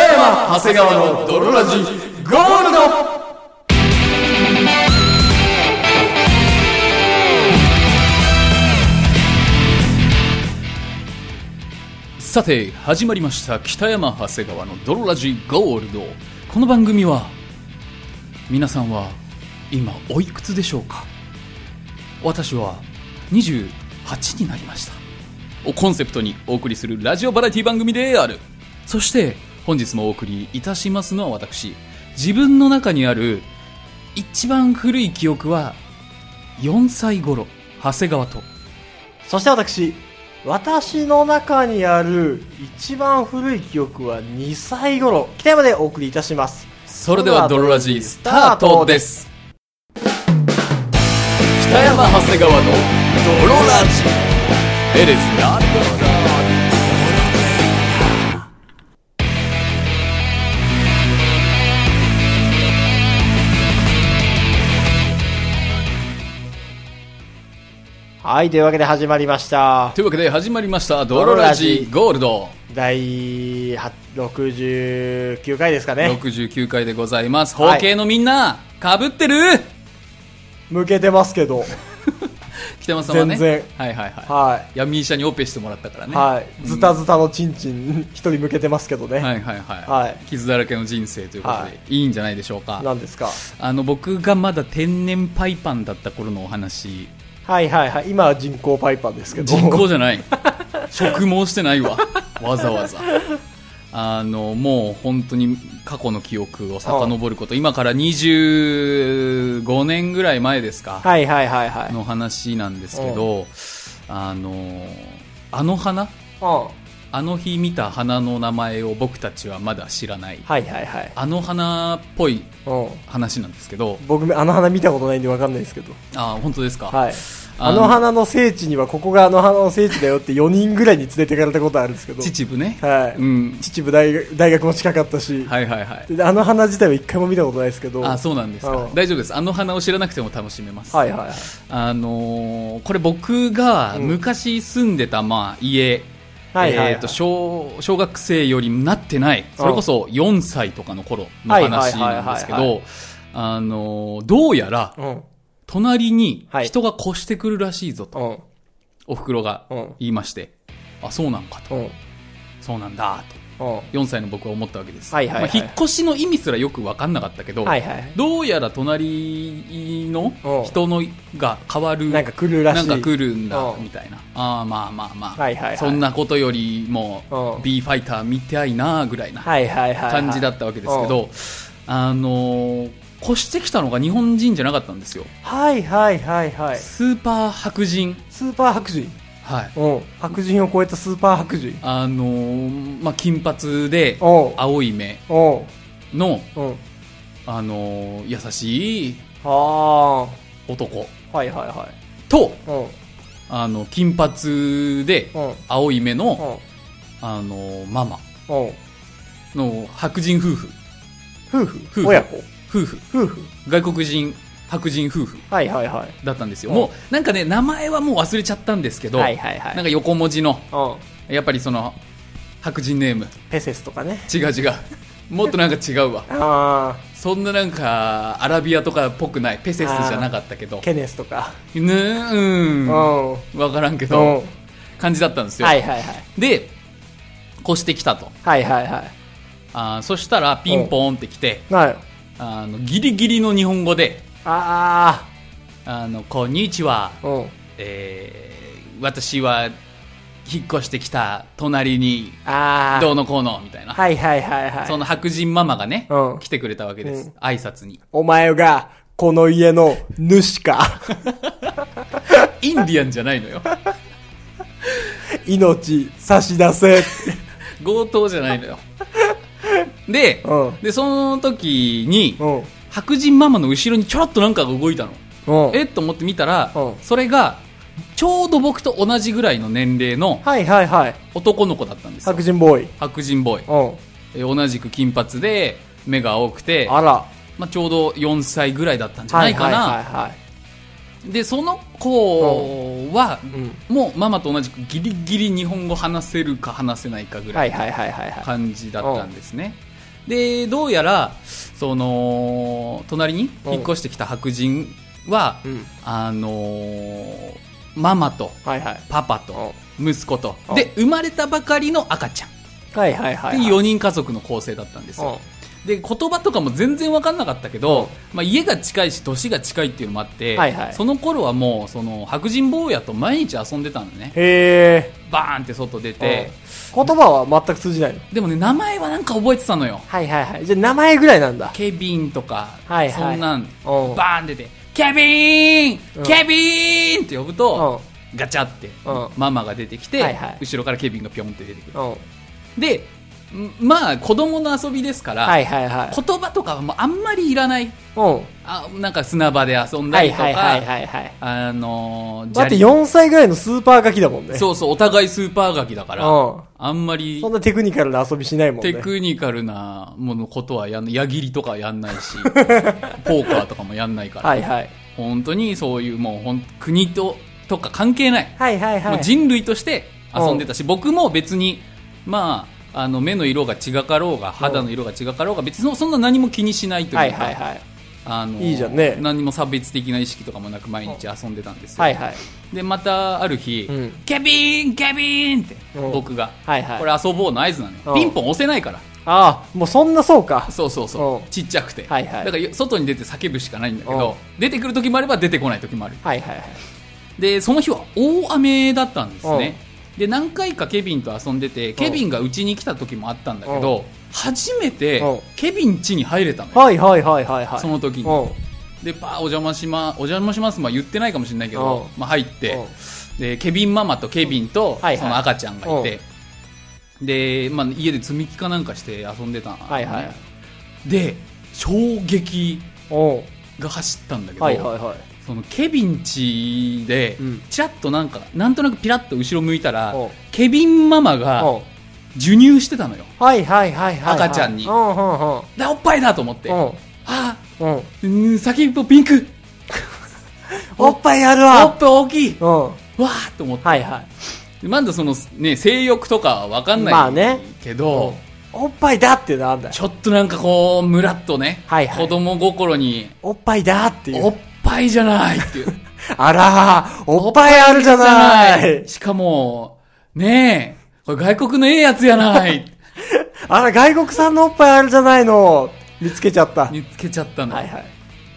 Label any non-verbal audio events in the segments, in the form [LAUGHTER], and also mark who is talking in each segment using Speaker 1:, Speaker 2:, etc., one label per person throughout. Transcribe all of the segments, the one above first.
Speaker 1: 長谷川の泥ラジゴールドさて始まりました北山長谷川の泥ラジゴールドこの番組は皆さんは今おいくつでしょうか私は28になりましたをコンセプトにお送りするラジオバラエティ番組であるそして本日もお送りいたしますのは私自分の中にある一番古い記憶は4歳頃長谷川と
Speaker 2: そして私、私の中にある一番古い記憶は2歳頃、北山でお送りいたします。
Speaker 1: それではドロラジースタートです北山長谷川のドロラジ It is not
Speaker 2: はい、というわけで始まりました。
Speaker 1: というわけで始まりましたドロラジゴールド
Speaker 2: 第は69回ですかね。
Speaker 1: 69回でございます。
Speaker 2: はい
Speaker 1: 方形のみんな、かぶってる
Speaker 2: 向けてますけど、
Speaker 1: 北山さんはね。
Speaker 2: 全然
Speaker 1: はいはいはい。
Speaker 2: は
Speaker 1: 闇医者にオペしてもらったから
Speaker 2: い、
Speaker 1: ね。
Speaker 2: はい、ズタズタのチンチン、一人向けてますけどね。
Speaker 1: はいはいはい。
Speaker 2: はい
Speaker 1: 傷だらけの人生ということで、
Speaker 2: はい
Speaker 1: い、いんじゃないでしょうか。
Speaker 2: なんですか。
Speaker 1: あの、僕がまだ天然パイパンだった頃のお
Speaker 2: [LAUGHS]
Speaker 1: 話、
Speaker 2: はいはいはい、今は人工パイパンですけど。
Speaker 1: 人工じゃない。植毛してないわ。わざわざ。あの、もう本当に過去の記憶を遡ること、今から25年ぐらい前ですか。
Speaker 2: [LAUGHS] はいはいはいはい。
Speaker 1: の話なんですけど、あの、あの花
Speaker 2: うん。
Speaker 1: あの日見た花の名前を僕たちはまだ知らない。
Speaker 2: はいはいはい。
Speaker 1: あの花っぽい
Speaker 2: うん。
Speaker 1: 話なんですけど、
Speaker 2: 僕、あの花見たことないんでわかんないですけど。
Speaker 1: あー本当ですか、
Speaker 2: はい。
Speaker 1: あ
Speaker 2: あ
Speaker 1: の
Speaker 2: の花の聖地には、ここがあの花の聖地だよって4人ぐらいに連れてかれたことあるんですけど。
Speaker 1: 秩父ね、
Speaker 2: はい。
Speaker 1: うん。
Speaker 2: 秩父大学大学も近かったし、
Speaker 1: はいはいはい。
Speaker 2: であの花自体は一回も見たことないですけど。
Speaker 1: あーそうなんですか
Speaker 2: う。ん
Speaker 1: 大丈夫です。あの花を知らなくても楽しめます。
Speaker 2: はいはいはい。
Speaker 1: あのーこれ僕が昔住んでた、まあ、家、
Speaker 2: はいはいはい
Speaker 1: えーと小小学生よりなってないそれこそ4歳とかの頃の話なんですけ
Speaker 2: はいはいはいはい
Speaker 1: どあのーどうやら
Speaker 2: うん。
Speaker 1: 隣に
Speaker 2: はい
Speaker 1: 人が越してくるらしいぞと
Speaker 2: う
Speaker 1: お
Speaker 2: ん。
Speaker 1: ふくろが
Speaker 2: うん
Speaker 1: 言いまして、あそうなんかと
Speaker 2: うん。
Speaker 1: そうなんだ
Speaker 2: うん。
Speaker 1: と4歳の僕は思ったわけです、
Speaker 2: はいはいは
Speaker 1: ま
Speaker 2: い
Speaker 1: あ、引っ越しの意味すらよく分かんなかったけど、
Speaker 2: はいはい。
Speaker 1: どうやら隣の人のが変わる
Speaker 2: なんか来るらし。
Speaker 1: ないんか来るんだ
Speaker 2: うん
Speaker 1: みたいなああまあまあまあ、
Speaker 2: はいはいはい
Speaker 1: そんなことよりも
Speaker 2: うん
Speaker 1: B ファイター見たいなぐらいな
Speaker 2: はいはいはいはい。
Speaker 1: 感じだ
Speaker 2: っ
Speaker 1: ったわけですけど、あのー越してきたのが日本人じゃなかったんですよ
Speaker 2: た。はいはいはいはい。
Speaker 1: スーパー白人
Speaker 2: スーパー白人。
Speaker 1: はい
Speaker 2: うん。白人を超えたスーパー白人。
Speaker 1: あのーまあ、金髪で
Speaker 2: うん
Speaker 1: 青い目
Speaker 2: うん。
Speaker 1: の、
Speaker 2: うん。
Speaker 1: あのー優しい
Speaker 2: は
Speaker 1: 男
Speaker 2: あ。はいはいは
Speaker 1: と
Speaker 2: い。うん。
Speaker 1: あの金髪で
Speaker 2: うん。
Speaker 1: 青い目
Speaker 2: う
Speaker 1: の、
Speaker 2: ん。
Speaker 1: あのーママ
Speaker 2: うん。
Speaker 1: の白人夫婦
Speaker 2: 夫
Speaker 1: 夫
Speaker 2: 婦
Speaker 1: 婦
Speaker 2: 親子
Speaker 1: 夫婦
Speaker 2: 夫婦
Speaker 1: 外国人白人夫婦
Speaker 2: はいはいはい。
Speaker 1: だったんですよ、
Speaker 2: うん
Speaker 1: もうなんかね名前はもう忘れちゃったんですけど、
Speaker 2: はいはいはい
Speaker 1: なんか横文字の
Speaker 2: うん。
Speaker 1: やっぱりその白人ネーム
Speaker 2: ペセスとかね。
Speaker 1: 違う違 [LAUGHS] うもっとなんか違うわ
Speaker 2: あ
Speaker 1: そんななんかアラビアとかっぽくないペセスじゃなかったけど
Speaker 2: あ、ケネスとか。
Speaker 1: ねう
Speaker 2: うんん。
Speaker 1: わ
Speaker 2: うん。
Speaker 1: からんけ
Speaker 2: は
Speaker 1: ど感じだったんです
Speaker 2: い
Speaker 1: よ、
Speaker 2: はいはい。
Speaker 1: で越してきたと
Speaker 2: はいはいは
Speaker 1: あーそしたらピンポーンって来て
Speaker 2: い。なんや
Speaker 1: あのギリギリの日本語で
Speaker 2: あ
Speaker 1: 「あのこんにちは」
Speaker 2: あ。うん。
Speaker 1: えー私は引っ越してきた隣に
Speaker 2: ああ。
Speaker 1: どうのこうのみたいな、
Speaker 2: はいはいはいはい。
Speaker 1: その白人ママがね、
Speaker 2: うん
Speaker 1: 来てくれたわけです、挨拶に
Speaker 2: お前が、この家の主 [LAUGHS] か。
Speaker 1: インディアンじゃないの
Speaker 2: [LAUGHS]
Speaker 1: よ
Speaker 2: 命差し出せ。
Speaker 1: 強盗じゃないのよで,、
Speaker 2: うん
Speaker 1: でその時に
Speaker 2: うん。
Speaker 1: 白人ママの後ろにちょろっとなんかが動いたの
Speaker 2: うん。
Speaker 1: えっと思って見たら、
Speaker 2: うん
Speaker 1: それがちょうど僕と同じぐらいの年齢の
Speaker 2: はいはいはい。
Speaker 1: 男の子だったんですよ
Speaker 2: 白人ボーイ。
Speaker 1: 白人ボーイ
Speaker 2: う
Speaker 1: えー同じく金髪で目が青くて
Speaker 2: ん。あら。
Speaker 1: まあ、ちょうど4歳ぐらいだったんじゃないかな、
Speaker 2: はいはいはいはい。
Speaker 1: でその子は、
Speaker 2: うん。
Speaker 1: もうママと同じくギリギリ日本語話せるか話せないかぐ
Speaker 2: は
Speaker 1: ら
Speaker 2: い
Speaker 1: い
Speaker 2: はいはいはいはい。
Speaker 1: 感じだったんですね、でどうやらその隣に引っ越してきた白人は、
Speaker 2: うん
Speaker 1: あのーママと
Speaker 2: はいはい
Speaker 1: パパと息子と
Speaker 2: うん
Speaker 1: で生まれたばかりの赤ちゃん
Speaker 2: はいはいはい
Speaker 1: っていう4人家族の構成だったんですよ、で言葉とかも全然分かんなかったけど、まあ、家が近いし年が近いっていうのもあって、
Speaker 2: はいはい
Speaker 1: その頃はもうその白人坊やと毎日遊んでたのね
Speaker 2: へ
Speaker 1: バーンって外出て
Speaker 2: え言葉は全く通じないの
Speaker 1: でもね名前はなんか覚えてたのよ
Speaker 2: はいはいはいじゃあ名前ぐらいなんだ
Speaker 1: ケビンとか、
Speaker 2: はいはい
Speaker 1: そんなん
Speaker 2: うん
Speaker 1: バーン出てケビー
Speaker 2: うん
Speaker 1: ンケビーンって呼ぶと、ガチャって、
Speaker 2: うん
Speaker 1: ママが出てきて、
Speaker 2: はいはい
Speaker 1: 後ろからケビンがピョンって出てくる
Speaker 2: うん
Speaker 1: でんまあ子供の遊びですから、
Speaker 2: はいはいはい
Speaker 1: 言葉とかはもうあんまりいらない
Speaker 2: うん
Speaker 1: あなんか砂場で遊んだ
Speaker 2: は
Speaker 1: り
Speaker 2: い
Speaker 1: と
Speaker 2: はいはい
Speaker 1: か
Speaker 2: はいはい
Speaker 1: あのー
Speaker 2: だって
Speaker 1: 砂利
Speaker 2: 4歳ぐらいのスーパー書きだもんね
Speaker 1: そうそうお互いスーパーガキだから、
Speaker 2: うん
Speaker 1: あんまり
Speaker 2: そんなテクニカルな遊びしないもんね
Speaker 1: テクニカルなものことはやんない矢切りとかやんない
Speaker 2: [LAUGHS]
Speaker 1: しポーカーとかもやんないから、
Speaker 2: はいはい
Speaker 1: 本当にそういうもうほん国ととか関係ない、
Speaker 2: はいはいは
Speaker 1: もう
Speaker 2: い
Speaker 1: 人類として遊んでたし、僕も別にまああの目の色が違かろうが肌の色が違かろうが別にそんな何も気にしないというか、
Speaker 2: はいはいはい
Speaker 1: あの
Speaker 2: いいじゃんね
Speaker 1: 何も差別的な意識とかもなく毎日遊んでたんですよ、
Speaker 2: はいはい
Speaker 1: でまたある日、
Speaker 2: うん
Speaker 1: ケビンケビンって
Speaker 2: うん
Speaker 1: 僕が、
Speaker 2: はいはい
Speaker 1: これ遊ぼうの合図なの
Speaker 2: うん
Speaker 1: よピンポン押せないから
Speaker 2: ああもうそんなそうか
Speaker 1: そうそうそううちっちゃくて、
Speaker 2: はいはい
Speaker 1: だから外に出て叫ぶしかないんだけど出てくる時もあれば出てこない時もある
Speaker 2: はいはいはい
Speaker 1: でその日は大雨だったんですねで何回かケビンと遊んでてケビンがうちに来た時もあったんだけど初めて
Speaker 2: うん
Speaker 1: ケビン家に入れたのよ
Speaker 2: はいはいはいはいはい
Speaker 1: その時に
Speaker 2: うん
Speaker 1: でパーお邪魔しまお邪魔しますまあ言ってないかもしれないけど
Speaker 2: う
Speaker 1: まあ入っ
Speaker 2: う
Speaker 1: て
Speaker 2: ん
Speaker 1: でケビンママとケビンと
Speaker 2: はいはい
Speaker 1: その赤ちゃんがいてでまあ家で積み木かなんかして遊んでたのね
Speaker 2: はいはい
Speaker 1: で衝撃
Speaker 2: うん
Speaker 1: が走ったんだけど、
Speaker 2: はいはいはい
Speaker 1: そのケビン家で
Speaker 2: うん
Speaker 1: ちらっとなんかなんとなくピラッと後ろ向いたら
Speaker 2: おう
Speaker 1: ケビンママ
Speaker 2: う
Speaker 1: が
Speaker 2: ん
Speaker 1: 授乳してたのよ
Speaker 2: はいはいはいはいはい
Speaker 1: 赤ちゃんに
Speaker 2: うんうんうん
Speaker 1: でおっぱいだと思って
Speaker 2: うん
Speaker 1: ああ
Speaker 2: うん
Speaker 1: うん先っぽピンク
Speaker 2: おっぱいある
Speaker 1: おっ
Speaker 2: わ
Speaker 1: ぱい大きい
Speaker 2: うん
Speaker 1: わーっと思って
Speaker 2: はいはい
Speaker 1: でまだその、ね、性欲とかは分かん
Speaker 2: まあ
Speaker 1: な
Speaker 2: ね
Speaker 1: いけど、
Speaker 2: おっぱいだってなんだよ
Speaker 1: ちょっとなんかこうムラっとね、
Speaker 2: はいはい
Speaker 1: 子供心に
Speaker 2: おっぱいだってい
Speaker 1: お
Speaker 2: う
Speaker 1: っぱいじゃない
Speaker 2: [LAUGHS]
Speaker 1: っていう。
Speaker 2: あらーおっぱいあるじゃない
Speaker 1: しかも、ねえ、これ外国のええやつやない。
Speaker 2: あら外国産のおっぱいあるじゃないの見つけちゃったはい
Speaker 1: 見つけちゃったの。
Speaker 2: はい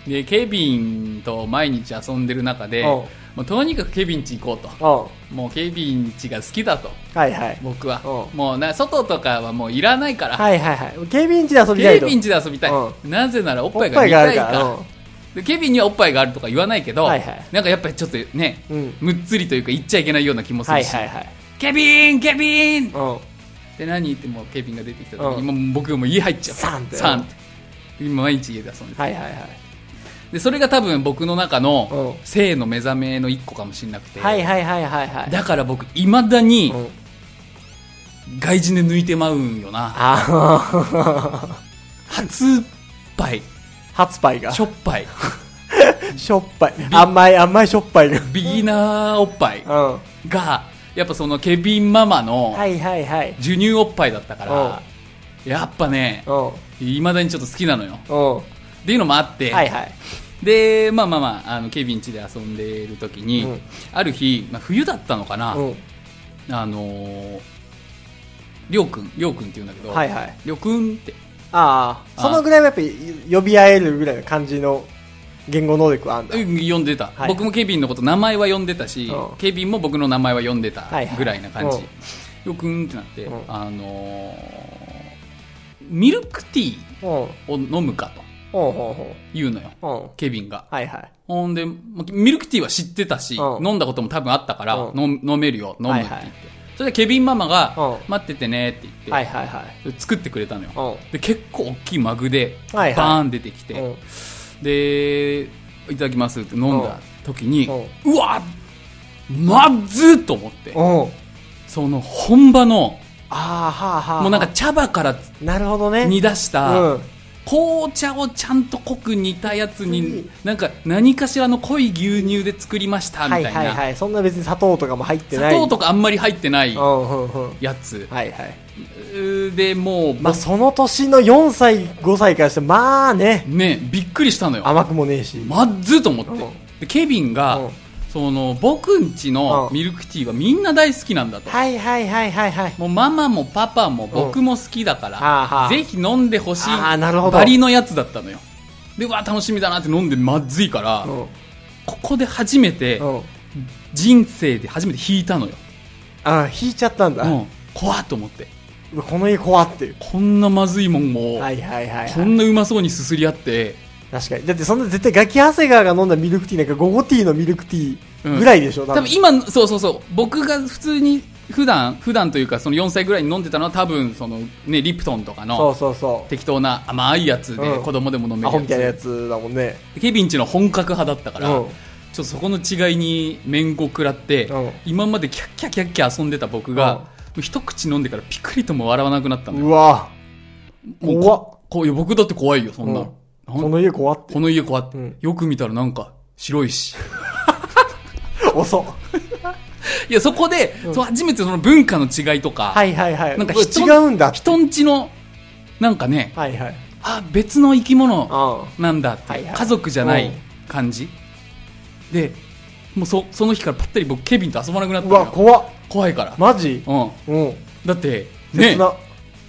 Speaker 1: で、ケビンと毎日遊んでる中で、
Speaker 2: うん
Speaker 1: もうとにかくケビン家行こうと。
Speaker 2: うん
Speaker 1: もうケビン家が好きだと、
Speaker 2: はいはい
Speaker 1: 僕は。
Speaker 2: うん
Speaker 1: もうな、外とかはもういらないから、
Speaker 2: はいはいはい警備員地で遊びた
Speaker 1: ケ
Speaker 2: いと
Speaker 1: ビン家で遊びたい。
Speaker 2: う
Speaker 1: なぜならおっ
Speaker 2: お
Speaker 1: ぱ
Speaker 2: っ
Speaker 1: いが
Speaker 2: ぱい
Speaker 1: 見
Speaker 2: があ
Speaker 1: た
Speaker 2: る
Speaker 1: い
Speaker 2: か
Speaker 1: からら。でケビンにはおっぱいがあるとか言わないけど、
Speaker 2: はいはい
Speaker 1: なんかやっぱりちょっとね、
Speaker 2: うん
Speaker 1: むっつりというか言っちゃいけないような気もす
Speaker 2: は
Speaker 1: る
Speaker 2: い
Speaker 1: し、
Speaker 2: はいはい
Speaker 1: ケビンケビン
Speaker 2: うん
Speaker 1: で何ってもうケビンが出てきた時
Speaker 2: う
Speaker 1: に、もう僕がもう家入っちゃう
Speaker 2: サンって
Speaker 1: サンって今毎日家で遊んでた
Speaker 2: はいはいはい
Speaker 1: でそれが多分僕の中の
Speaker 2: うん
Speaker 1: 性の目覚めの一個かもしれなくて、
Speaker 2: はいはいはいはいはい
Speaker 1: だから僕いまだに
Speaker 2: うん
Speaker 1: 外人で抜いてまうんよな
Speaker 2: あー
Speaker 1: 初パイ
Speaker 2: 初パイが
Speaker 1: しょっぱ
Speaker 2: [LAUGHS]
Speaker 1: い
Speaker 2: しょっぱい甘い甘いしょっぱいが
Speaker 1: ビギナーおっぱい
Speaker 2: うん
Speaker 1: がやっぱそのケビンママの
Speaker 2: はいはいはい
Speaker 1: 授乳おっぱいだったから、やっぱね
Speaker 2: うん
Speaker 1: いまだにちょっと好きなのよ
Speaker 2: うん
Speaker 1: っていうのもあって、
Speaker 2: はいはい
Speaker 1: でまあまあまああのケビン家で遊んでる時に、
Speaker 2: うん
Speaker 1: ある日、まあ、冬だったのかな、
Speaker 2: うん
Speaker 1: あのーりょうくんりょうくんって言うんだけど、
Speaker 2: はいはい
Speaker 1: りょうくんって
Speaker 2: あ
Speaker 1: あ
Speaker 2: あそのぐらいはやっぱ呼び合えるぐらいの感じの言語能力はあんだ
Speaker 1: うん呼んでた、
Speaker 2: い
Speaker 1: 僕もケビンのこと名前は呼んでたし、
Speaker 2: うん
Speaker 1: ケビンも僕の名前は呼んでた
Speaker 2: はいはい
Speaker 1: ぐらいな感じ、
Speaker 2: うん
Speaker 1: りょうくんってなって、
Speaker 2: うん
Speaker 1: あのーミルクティ
Speaker 2: うんほう
Speaker 1: ーを飲むかと
Speaker 2: ほ
Speaker 1: 言うのよ
Speaker 2: うほううん
Speaker 1: ケビンが
Speaker 2: はいはい
Speaker 1: ほんで、まあミルクティーは知ってたし、
Speaker 2: うん
Speaker 1: 飲んだことも多分あったから、
Speaker 2: うん
Speaker 1: 飲む飲めるよ、飲むって言って。
Speaker 2: はいはい
Speaker 1: それでケビンママが
Speaker 2: う、ん
Speaker 1: 待っててねって言って、
Speaker 2: はいはいはい
Speaker 1: 作ってくれたのよ。
Speaker 2: うん
Speaker 1: で、結構大きいマグで、
Speaker 2: はいはい
Speaker 1: バーン出てきて、
Speaker 2: うん
Speaker 1: で、いただきますって飲んだ時に、
Speaker 2: う
Speaker 1: うわまっずーと思って、
Speaker 2: うん
Speaker 1: その本場の、
Speaker 2: ああはあはあ
Speaker 1: もうなんか茶葉から
Speaker 2: なるほどね
Speaker 1: 煮出した、
Speaker 2: うん
Speaker 1: 紅茶をちゃんと濃く煮たやつ
Speaker 2: う
Speaker 1: に
Speaker 2: ん
Speaker 1: なんか何かしらの濃い牛乳で作りましたみ
Speaker 2: は
Speaker 1: たい
Speaker 2: い
Speaker 1: な、
Speaker 2: はいはいそんな別に砂糖とかも入って
Speaker 1: 砂
Speaker 2: ない
Speaker 1: 糖とかあんまり入ってない
Speaker 2: うんうんうん
Speaker 1: やつ
Speaker 2: はいはい。
Speaker 1: でもう、
Speaker 2: まあ、その年の4歳、5歳からして、まあね、
Speaker 1: ねびっくりしたのよ
Speaker 2: 甘くもねえし。
Speaker 1: まっずーと思って
Speaker 2: うん
Speaker 1: でケビンが、
Speaker 2: うん
Speaker 1: その僕んちの
Speaker 2: うん
Speaker 1: ミルクティーがみんな大好きなんだと、
Speaker 2: はいはいはいはいはい。
Speaker 1: もうママもパパも僕も好きだか
Speaker 2: うんはあは
Speaker 1: ら、
Speaker 2: あ
Speaker 1: ぜひ飲んでほしい
Speaker 2: あーなるほど
Speaker 1: バリのやつだったのよでうわ楽しみだなって飲んでまずいから、
Speaker 2: うん。
Speaker 1: ここで初めて、
Speaker 2: うん。
Speaker 1: 人生で初めて引いたのよ、
Speaker 2: あ引いちゃったんだ。
Speaker 1: うん、怖っと思って
Speaker 2: うわこの家怖っていう。
Speaker 1: こんなまずいもんも、
Speaker 2: はいはいはい、
Speaker 1: こ
Speaker 2: はい。
Speaker 1: んなうまそうにすすり合って
Speaker 2: 確かに。だってそんな絶対ガキ長谷川が飲んだミルクティーなんか、ゴゴティーのミルクティーぐらいでしょ、
Speaker 1: 多分今そうそうそう僕が普通に普段普段というかその4歳ぐらいに飲んでたのは多分その、ね、リプトンとか
Speaker 2: そう
Speaker 1: の
Speaker 2: そうそう。
Speaker 1: 適当な甘いやつで
Speaker 2: うん
Speaker 1: 子供でも飲め
Speaker 2: アホみ
Speaker 1: る
Speaker 2: たいな
Speaker 1: や
Speaker 2: や
Speaker 1: つ
Speaker 2: つだもんね。
Speaker 1: ケビンチの本格派だったか
Speaker 2: うん。
Speaker 1: ら、
Speaker 2: は
Speaker 1: ちょっとそこの違いに面を食らって、
Speaker 2: うん
Speaker 1: 今までキャッキャキャッキャ遊んでた僕が、
Speaker 2: うん
Speaker 1: もう一口飲んでからピクリとも笑わなくなったのよ
Speaker 2: うわ
Speaker 1: もう
Speaker 2: 怖っ
Speaker 1: ここういや僕だって怖いよそんな、
Speaker 2: うん
Speaker 1: なん
Speaker 2: この家怖って
Speaker 1: こ。の家怖って、
Speaker 2: うん
Speaker 1: よく見たらなんか白いし
Speaker 2: 遅っ。
Speaker 1: いやそこで、そう初めてその文化の違いとか、
Speaker 2: はいはいはい。
Speaker 1: なんか
Speaker 2: うわ
Speaker 1: 人
Speaker 2: 違うんだって。
Speaker 1: 人んちのなんかね
Speaker 2: はいはい。
Speaker 1: あ別の生き物
Speaker 2: あ
Speaker 1: なんだって、
Speaker 2: はいはい
Speaker 1: 家族じゃな
Speaker 2: う
Speaker 1: い
Speaker 2: ん
Speaker 1: 感じでもうそその日からぱったり僕ケビンと遊ばなくなった
Speaker 2: う
Speaker 1: の
Speaker 2: わ、
Speaker 1: よ
Speaker 2: 怖っ。
Speaker 1: 怖いから、
Speaker 2: マジ
Speaker 1: うん、
Speaker 2: うん。
Speaker 1: だって
Speaker 2: 切
Speaker 1: ね
Speaker 2: な。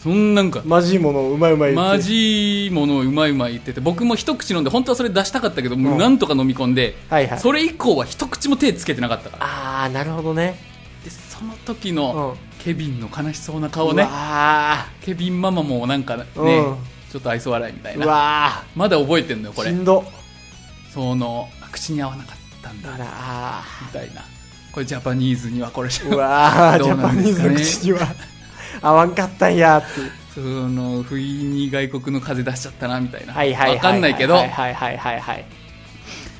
Speaker 1: そんなんか
Speaker 2: マジいものうまいうまい言って
Speaker 1: マジいものをうまいうまい言ってて僕も一口飲んで本当はそれ出したかったけど、もうなんとか飲み込んで、
Speaker 2: はいはい
Speaker 1: それ以降は一口も手つけてなかったから
Speaker 2: ああなるほどね
Speaker 1: でその時のケビンの悲しそうな顔
Speaker 2: う
Speaker 1: ね
Speaker 2: わ
Speaker 1: ケビンママもなんかね、
Speaker 2: うん
Speaker 1: ちょっと愛想笑いみたい
Speaker 2: ーう
Speaker 1: な
Speaker 2: わ
Speaker 1: まだ覚えてんのよこ
Speaker 2: ーし
Speaker 1: れ
Speaker 2: んど
Speaker 1: そのあ口に合わなかったんだ
Speaker 2: あ
Speaker 1: み
Speaker 2: らあ
Speaker 1: たいなこれジャパニーズにはこれじゃ
Speaker 2: ーうわー
Speaker 1: ど
Speaker 2: ジ
Speaker 1: う
Speaker 2: ャ
Speaker 1: な
Speaker 2: パ
Speaker 1: ん
Speaker 2: ニ
Speaker 1: で
Speaker 2: ー
Speaker 1: す
Speaker 2: ズ
Speaker 1: かね
Speaker 2: の口には [LAUGHS] 合わんかったんやーっていう
Speaker 1: [LAUGHS] その不意に外国の風出しちゃったなみたいな
Speaker 2: はいはいはい
Speaker 1: わかんないけど
Speaker 2: はいはいはいはいはい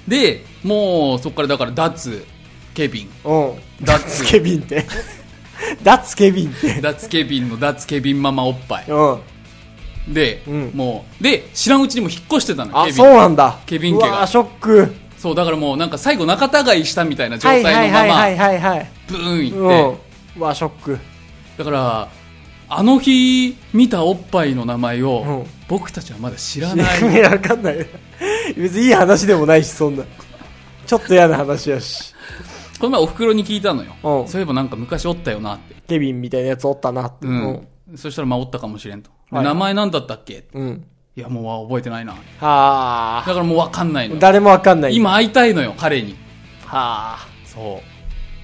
Speaker 1: でもうそこからだから脱ケビン
Speaker 2: [LAUGHS] うん
Speaker 1: ダ
Speaker 2: ダ
Speaker 1: ッ
Speaker 2: ッ
Speaker 1: ツ
Speaker 2: ツケビンって [LAUGHS] ダッツケビンって
Speaker 1: 脱ケビンの脱ケビンママおっぱい
Speaker 2: うん
Speaker 1: で、
Speaker 2: うん
Speaker 1: もうで知らんうちにも引っ越してたの
Speaker 2: あ
Speaker 1: ケビ
Speaker 2: そ
Speaker 1: ン
Speaker 2: うなんだ
Speaker 1: ケビン家が
Speaker 2: うわーショック
Speaker 1: そうだからもうなんか最後仲違いしたみたいな状
Speaker 2: は
Speaker 1: 態
Speaker 2: いはい
Speaker 1: の
Speaker 2: はいは
Speaker 1: ま
Speaker 2: い
Speaker 1: ま
Speaker 2: はいはい
Speaker 1: ブーン
Speaker 2: う
Speaker 1: 行
Speaker 2: んう
Speaker 1: って、
Speaker 2: わーショック
Speaker 1: だからあの日見たおっぱいの名前を、
Speaker 2: うん
Speaker 1: 僕たちはまだ知らない
Speaker 2: いやわかんない別にいい話でもないしそんなちょっと嫌な話やし
Speaker 1: この前おふくろに聞いたのよ
Speaker 2: うん
Speaker 1: そういえばなんか昔おったよなって
Speaker 2: ケビンみたいなやつおったなって。
Speaker 1: うん、そしたらまあおったかもしれんと、で
Speaker 2: はい
Speaker 1: 名前なんだったっけ
Speaker 2: うん。うん。
Speaker 1: いやもう覚えてないなだ
Speaker 2: はあ。
Speaker 1: からもうわかんないのよ
Speaker 2: 誰もわかんない。。
Speaker 1: 今会いたいのよ彼に
Speaker 2: はあ。
Speaker 1: そ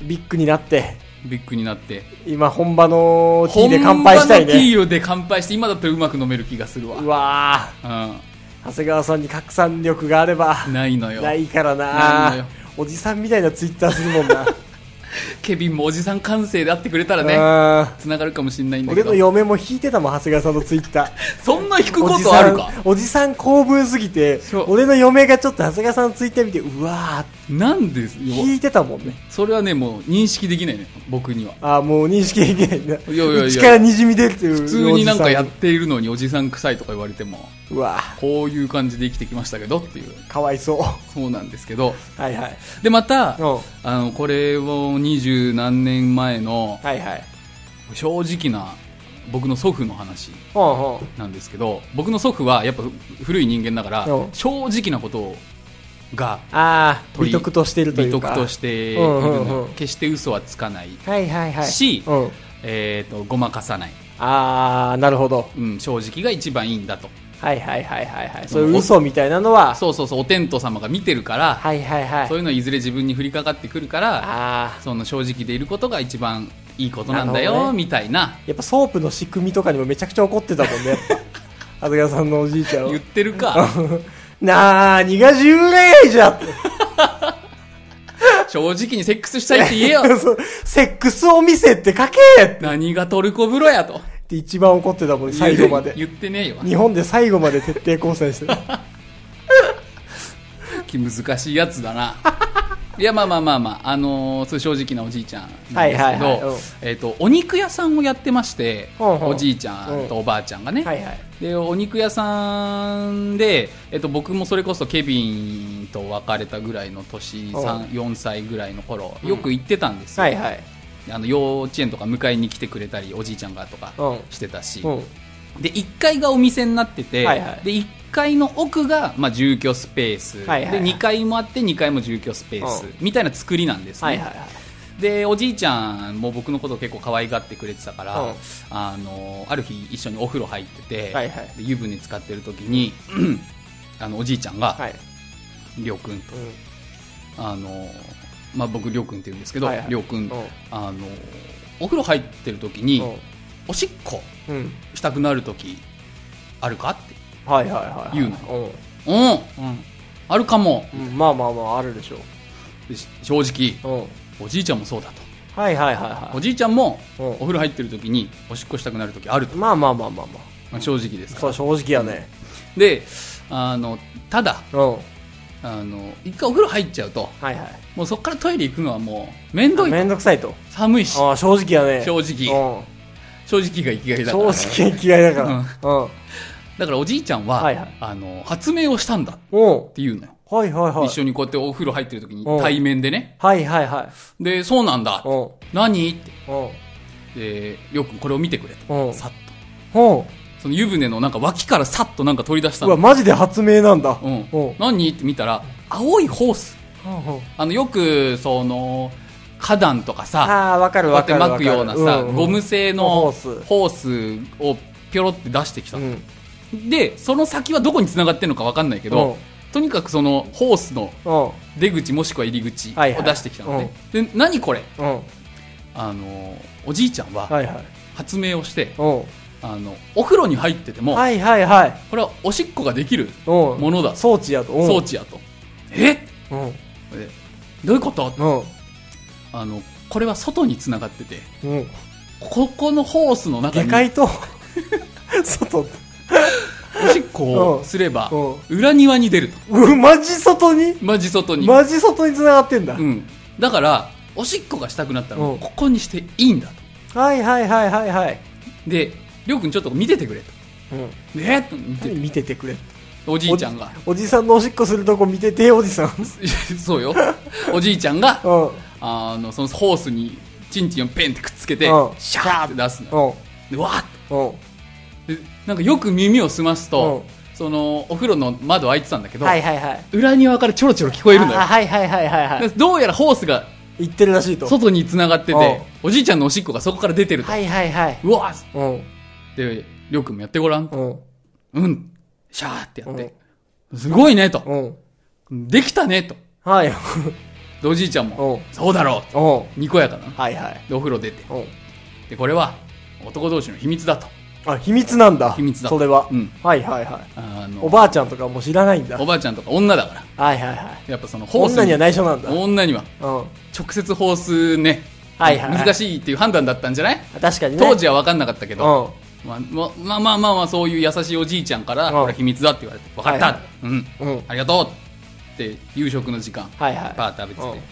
Speaker 2: ビッグになって、
Speaker 1: うビッグになって
Speaker 2: 今本場のティー
Speaker 1: 本
Speaker 2: で
Speaker 1: 場
Speaker 2: 乾
Speaker 1: の
Speaker 2: 杯したい
Speaker 1: ティ
Speaker 2: ね。
Speaker 1: ーで乾杯して今だったらうまく飲める気がするわ
Speaker 2: うわ
Speaker 1: う
Speaker 2: あ。長谷川さんに拡散力があれば、
Speaker 1: んないのよ
Speaker 2: ないから
Speaker 1: ないのよ
Speaker 2: な。おじさんみたいなツイッターするもんな。
Speaker 1: ケビンもおじさん感性で会ってくれたらね
Speaker 2: ね。
Speaker 1: つながるかもしれないんだけ
Speaker 2: 俺
Speaker 1: ど
Speaker 2: の嫁も引いてたもん、長谷川さんのツイッター。
Speaker 1: そんな引くこ
Speaker 2: おじ
Speaker 1: とあ
Speaker 2: さ
Speaker 1: るか
Speaker 2: ん、おじさん構文すぎて
Speaker 1: そ、う
Speaker 2: 俺の嫁がちょっと長谷川さんのツイッター見て、うわあ、
Speaker 1: なんですよ
Speaker 2: 引いてたもんね。
Speaker 1: それはねもう認識できないね僕には
Speaker 2: あーもう認識できないんだ。
Speaker 1: いやいやいや
Speaker 2: 口からにじみ出るっていう。
Speaker 1: 普通になんかやっ
Speaker 2: おじ
Speaker 1: ているのにおじさん臭いとか言われても
Speaker 2: さんうわ
Speaker 1: こういう感じで生きてきましたけどっていう
Speaker 2: かわいそう。
Speaker 1: そうなんですけど
Speaker 2: はいはい。
Speaker 1: でまた
Speaker 2: うん。
Speaker 1: あのこれを二十何年前の
Speaker 2: はいはい。
Speaker 1: 正直な僕の祖父の話
Speaker 2: うんうん。
Speaker 1: なんですけど僕の祖父はやっぱ古い人間だから
Speaker 2: うん
Speaker 1: 正直なことが
Speaker 2: ああ、
Speaker 1: 取
Speaker 2: 美
Speaker 1: り
Speaker 2: 徳としてると
Speaker 1: 美
Speaker 2: いうか。
Speaker 1: 徳としている
Speaker 2: うんうん
Speaker 1: の
Speaker 2: うん
Speaker 1: 決して嘘はつかない、
Speaker 2: はいはいはい。
Speaker 1: し
Speaker 2: うん。
Speaker 1: えー、とごまかさない、
Speaker 2: ああ、なるほど。
Speaker 1: うん、正直が一番いいんだと
Speaker 2: はいはいはいはいはい。そういう嘘みたいなのは、
Speaker 1: そうそうそうお天道様が見てるから、
Speaker 2: はいはいはい
Speaker 1: そう。いうのいずれ自分に降りかかってくるから
Speaker 2: ああ。
Speaker 1: その正直でいることが一番いいことなんだ
Speaker 2: なるほ
Speaker 1: よ、
Speaker 2: どね
Speaker 1: みたい
Speaker 2: [LAUGHS]
Speaker 1: な
Speaker 2: やっぱソープの仕組みとかにもめちゃくちゃ怒ってたもん
Speaker 1: [LAUGHS]
Speaker 2: ね、やっぱ。長谷川さんのおじいちゃんは
Speaker 1: 言っ。てる
Speaker 2: [LAUGHS]
Speaker 1: か
Speaker 2: なあ、にが従来じゃって。
Speaker 1: 正直にセックスしたいって言え
Speaker 2: [LAUGHS]
Speaker 1: よ
Speaker 2: そうセックスお店って書けっ
Speaker 1: 何がトルコ風呂やと
Speaker 2: て一番怒ってたもん、最後まで。
Speaker 1: [LAUGHS] 言ってねえよ
Speaker 2: 日本で最後まで
Speaker 1: [LAUGHS]
Speaker 2: 徹底抗戦してる [LAUGHS]
Speaker 1: 気難しいやつだないやまあまあまあまあ、あのー、そういう正直なおじいちゃんな
Speaker 2: は
Speaker 1: ん
Speaker 2: い
Speaker 1: です
Speaker 2: は
Speaker 1: け
Speaker 2: い
Speaker 1: ど、
Speaker 2: はいうん
Speaker 1: えっ、とお肉屋さんをやってまして、
Speaker 2: ほうほう
Speaker 1: おじいちゃんとおばあちゃんがね、
Speaker 2: はいはい
Speaker 1: でお肉屋さんで、えっと、僕もそれこそケビンと別れたぐらいの年
Speaker 2: おう
Speaker 1: 三4歳ぐらいの頃よく行ってたんですよ、
Speaker 2: はいはい
Speaker 1: あの幼稚園とか迎えに来てくれたりおじいちゃんがとか
Speaker 2: うん
Speaker 1: してたし、
Speaker 2: うん
Speaker 1: で1階がお店になってて、
Speaker 2: はいはい
Speaker 1: で1階の奥が、まあ、住居スペース、
Speaker 2: はいはいはい
Speaker 1: で2階もあって2階も住居スペース
Speaker 2: うん
Speaker 1: みたいな作りなんですね、
Speaker 2: はいはいはい
Speaker 1: でおじいちゃんも僕のことを結構可愛がってくれてたから、
Speaker 2: うん
Speaker 1: あのある日一緒にお風呂入ってて、
Speaker 2: はいはい
Speaker 1: で湯船使ってる時に [CLEARS THROAT] あのおじいちゃんが、
Speaker 2: はい
Speaker 1: りょうくんと
Speaker 2: うん
Speaker 1: あの、まあ、僕りょうくんって言うんですけど、
Speaker 2: はいはい
Speaker 1: りょうくん、
Speaker 2: うん
Speaker 1: あのお風呂入ってる時に、おしっこ
Speaker 2: うんうん
Speaker 1: したくなる時あるかって
Speaker 2: はいはいはいはい
Speaker 1: 言う
Speaker 2: の
Speaker 1: うん、あるかも
Speaker 2: うんうんまあまあまああるでしょ
Speaker 1: でし正直
Speaker 2: ううん
Speaker 1: おじいちゃんもそうだと
Speaker 2: はいはいはいは
Speaker 1: おじいちゃんも
Speaker 2: うん
Speaker 1: お風呂入ってる時におしっこしたくなる時ある
Speaker 2: い
Speaker 1: と、
Speaker 2: まあまあまあまあま
Speaker 1: まあ、正直です
Speaker 2: あ
Speaker 1: から
Speaker 2: そう正直やね
Speaker 1: であのただ
Speaker 2: うんは
Speaker 1: あの一回お風呂入っちゃうと
Speaker 2: いはい
Speaker 1: もうそこからトイレ行くのはもう面倒い
Speaker 2: めんどくさいと
Speaker 1: 寒いし
Speaker 2: ああ正直やね
Speaker 1: 正直
Speaker 2: うん
Speaker 1: 正直が生きがいだか
Speaker 2: 正
Speaker 1: ら
Speaker 2: 直嫌いだからうん
Speaker 1: だからおじいちゃんは、
Speaker 2: はいはい
Speaker 1: あの発明をしたんだっ
Speaker 2: うん
Speaker 1: ていうのよ、
Speaker 2: はいはいはい
Speaker 1: 一緒にこうやってお風呂入ってる時に
Speaker 2: うん
Speaker 1: 対面でね
Speaker 2: はいはいはい
Speaker 1: でそうなんだ
Speaker 2: うん
Speaker 1: 何って
Speaker 2: うん
Speaker 1: でよくこれを見てくれ
Speaker 2: う
Speaker 1: と
Speaker 2: ん
Speaker 1: さっと
Speaker 2: うん
Speaker 1: その湯船のなんか脇からさっとなんか取り出した
Speaker 2: うわ
Speaker 1: の
Speaker 2: マジで発明なんだ
Speaker 1: う
Speaker 2: うんんうん
Speaker 1: 何って見たら青いホース
Speaker 2: うん
Speaker 1: あのよくその花壇とかさ
Speaker 2: ああわか
Speaker 1: こ
Speaker 2: る
Speaker 1: うや
Speaker 2: わ
Speaker 1: って
Speaker 2: かるわ
Speaker 1: 巻
Speaker 2: か
Speaker 1: く
Speaker 2: る
Speaker 1: ようなさ、
Speaker 2: んん
Speaker 1: ゴム製の
Speaker 2: ホース
Speaker 1: ホースをぴょろって出してきた
Speaker 2: う
Speaker 1: の、
Speaker 2: ん
Speaker 1: でその先はどこに繋がってるのか分かんないけど、とにかくそのホースの
Speaker 2: うん
Speaker 1: 出口もしくは入り口
Speaker 2: はいは
Speaker 1: を
Speaker 2: い
Speaker 1: 出してきたのね、で何これ
Speaker 2: うんうん
Speaker 1: あのおじいちゃんは
Speaker 2: はいはい
Speaker 1: 発明をして、
Speaker 2: うん
Speaker 1: あのお風呂に入ってても、
Speaker 2: はいはいはい
Speaker 1: これはおしっこができる
Speaker 2: うん
Speaker 1: ものだ
Speaker 2: 装置やとうん
Speaker 1: 装置やと、え
Speaker 2: うんうん
Speaker 1: えどういうこと
Speaker 2: うん
Speaker 1: あのこれは外に繋がってて
Speaker 2: うん
Speaker 1: ここのホースの中
Speaker 2: 下
Speaker 1: に
Speaker 2: 界と外
Speaker 1: おしっこをすれば
Speaker 2: う
Speaker 1: 裏庭に出ると
Speaker 2: うんマジ外に
Speaker 1: マジ外に、
Speaker 2: マジ外に繋がってんだ
Speaker 1: うん、だからおしっこがしたくなったら
Speaker 2: うん
Speaker 1: ここにしていいんだと
Speaker 2: はいはいはいはいはい
Speaker 1: でりょうくんちょっと見ててくれと
Speaker 2: うん
Speaker 1: えっと見て
Speaker 2: 何見ててくれ
Speaker 1: おじいちゃんが
Speaker 2: おじさんのおしっこするとこ見てておじさんう
Speaker 1: [LAUGHS] そうよおじいちゃんが
Speaker 2: んうん
Speaker 1: あのそのホースにチンチンをペンってくっつけて
Speaker 2: うん
Speaker 1: シャーって出すのでわーっ
Speaker 2: うん
Speaker 1: てでなんかよく耳を澄ますと
Speaker 2: う
Speaker 1: そのお風呂の窓開いてたんだけど
Speaker 2: はいはいはい
Speaker 1: 裏庭からちょろちょろ聞こえるのよ
Speaker 2: あはいはいはいはいは
Speaker 1: でどうやらホースが
Speaker 2: い行ってるらしいと
Speaker 1: 外に繋がってておじいちゃんのおしっこがそこから出てると
Speaker 2: はいはいはいう
Speaker 1: わーっ
Speaker 2: うん
Speaker 1: でりょうくんもやってごらん
Speaker 2: うん
Speaker 1: うん。シャーってやって。すごいね、と。
Speaker 2: うん
Speaker 1: できたね、と。
Speaker 2: はい
Speaker 1: でおじいちゃん
Speaker 2: う
Speaker 1: も
Speaker 2: ん。
Speaker 1: そうだろう、と。
Speaker 2: うん
Speaker 1: にこやかな。
Speaker 2: はいはい
Speaker 1: で、お風呂出て。
Speaker 2: うん
Speaker 1: で、これは、男同士の秘密だと。
Speaker 2: あ秘密なんだ
Speaker 1: 秘密だ
Speaker 2: それは
Speaker 1: うん
Speaker 2: はいはいはい
Speaker 1: あの、
Speaker 2: おばあちゃんとかも知らないんだ
Speaker 1: おばあちゃんとか女だから。
Speaker 2: はいはいはい
Speaker 1: やっぱそのホース
Speaker 2: 女には内緒なんだうん
Speaker 1: 女には、直接ホースね、
Speaker 2: はいはいはい
Speaker 1: 難しいっていう判断だったんじゃない
Speaker 2: 確かにね
Speaker 1: 当時は分かんなかったけ
Speaker 2: うん
Speaker 1: ど、まあままあまあまあまあ、そういう優しいおじいちゃんから、
Speaker 2: うん
Speaker 1: これ秘密だって言われて、分かった、
Speaker 2: はいは
Speaker 1: うん、
Speaker 2: うん
Speaker 1: ありがとうって、夕食の時間、
Speaker 2: はいはい
Speaker 1: パーッて食べ
Speaker 2: うん
Speaker 1: てて、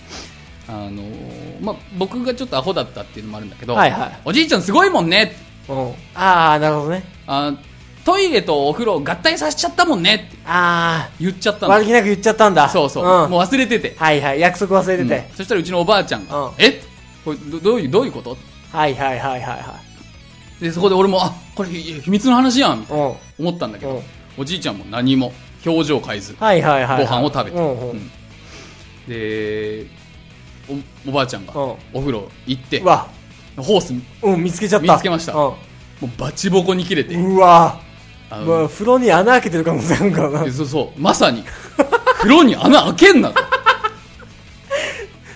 Speaker 1: あのーまあ、僕がちょっとアホだったっていうのもあるんだけど、
Speaker 2: はいはい
Speaker 1: おじいちゃんすごいもんね
Speaker 2: うんああなるほどね
Speaker 1: あトイレとお風呂合体させちゃったもんねって
Speaker 2: あ
Speaker 1: 言っちゃった
Speaker 2: あ
Speaker 1: の
Speaker 2: 悪気なく言っちゃったんだ
Speaker 1: そうそう、
Speaker 2: ん
Speaker 1: もう忘れてて、
Speaker 2: はいはい約束忘れて
Speaker 1: うん
Speaker 2: て
Speaker 1: そしたらうちのおばあちゃんが「
Speaker 2: うん
Speaker 1: えこれどどういうどういうこと?
Speaker 2: はいはいはいはいは」
Speaker 1: でそこで俺も「あこれいや秘密の話やん」みたいない
Speaker 2: うん
Speaker 1: 思ったんだけど、
Speaker 2: うん
Speaker 1: おじいちゃんも何も表情変えず、
Speaker 2: はいはいはいはい
Speaker 1: ご飯を食べて、
Speaker 2: うんう
Speaker 1: うんんでおおばあちゃんが
Speaker 2: うん
Speaker 1: お風呂行って、
Speaker 2: うわ
Speaker 1: ホース
Speaker 2: うん見つけちゃった
Speaker 1: 見つけました
Speaker 2: うん
Speaker 1: もうバチボコに切れて、
Speaker 2: うわ
Speaker 1: あ
Speaker 2: うわ
Speaker 1: の
Speaker 2: 風呂に穴開けてる可能性あるからな
Speaker 1: でそうそう、まさに、 [LAUGHS] 風呂に穴開けんなと。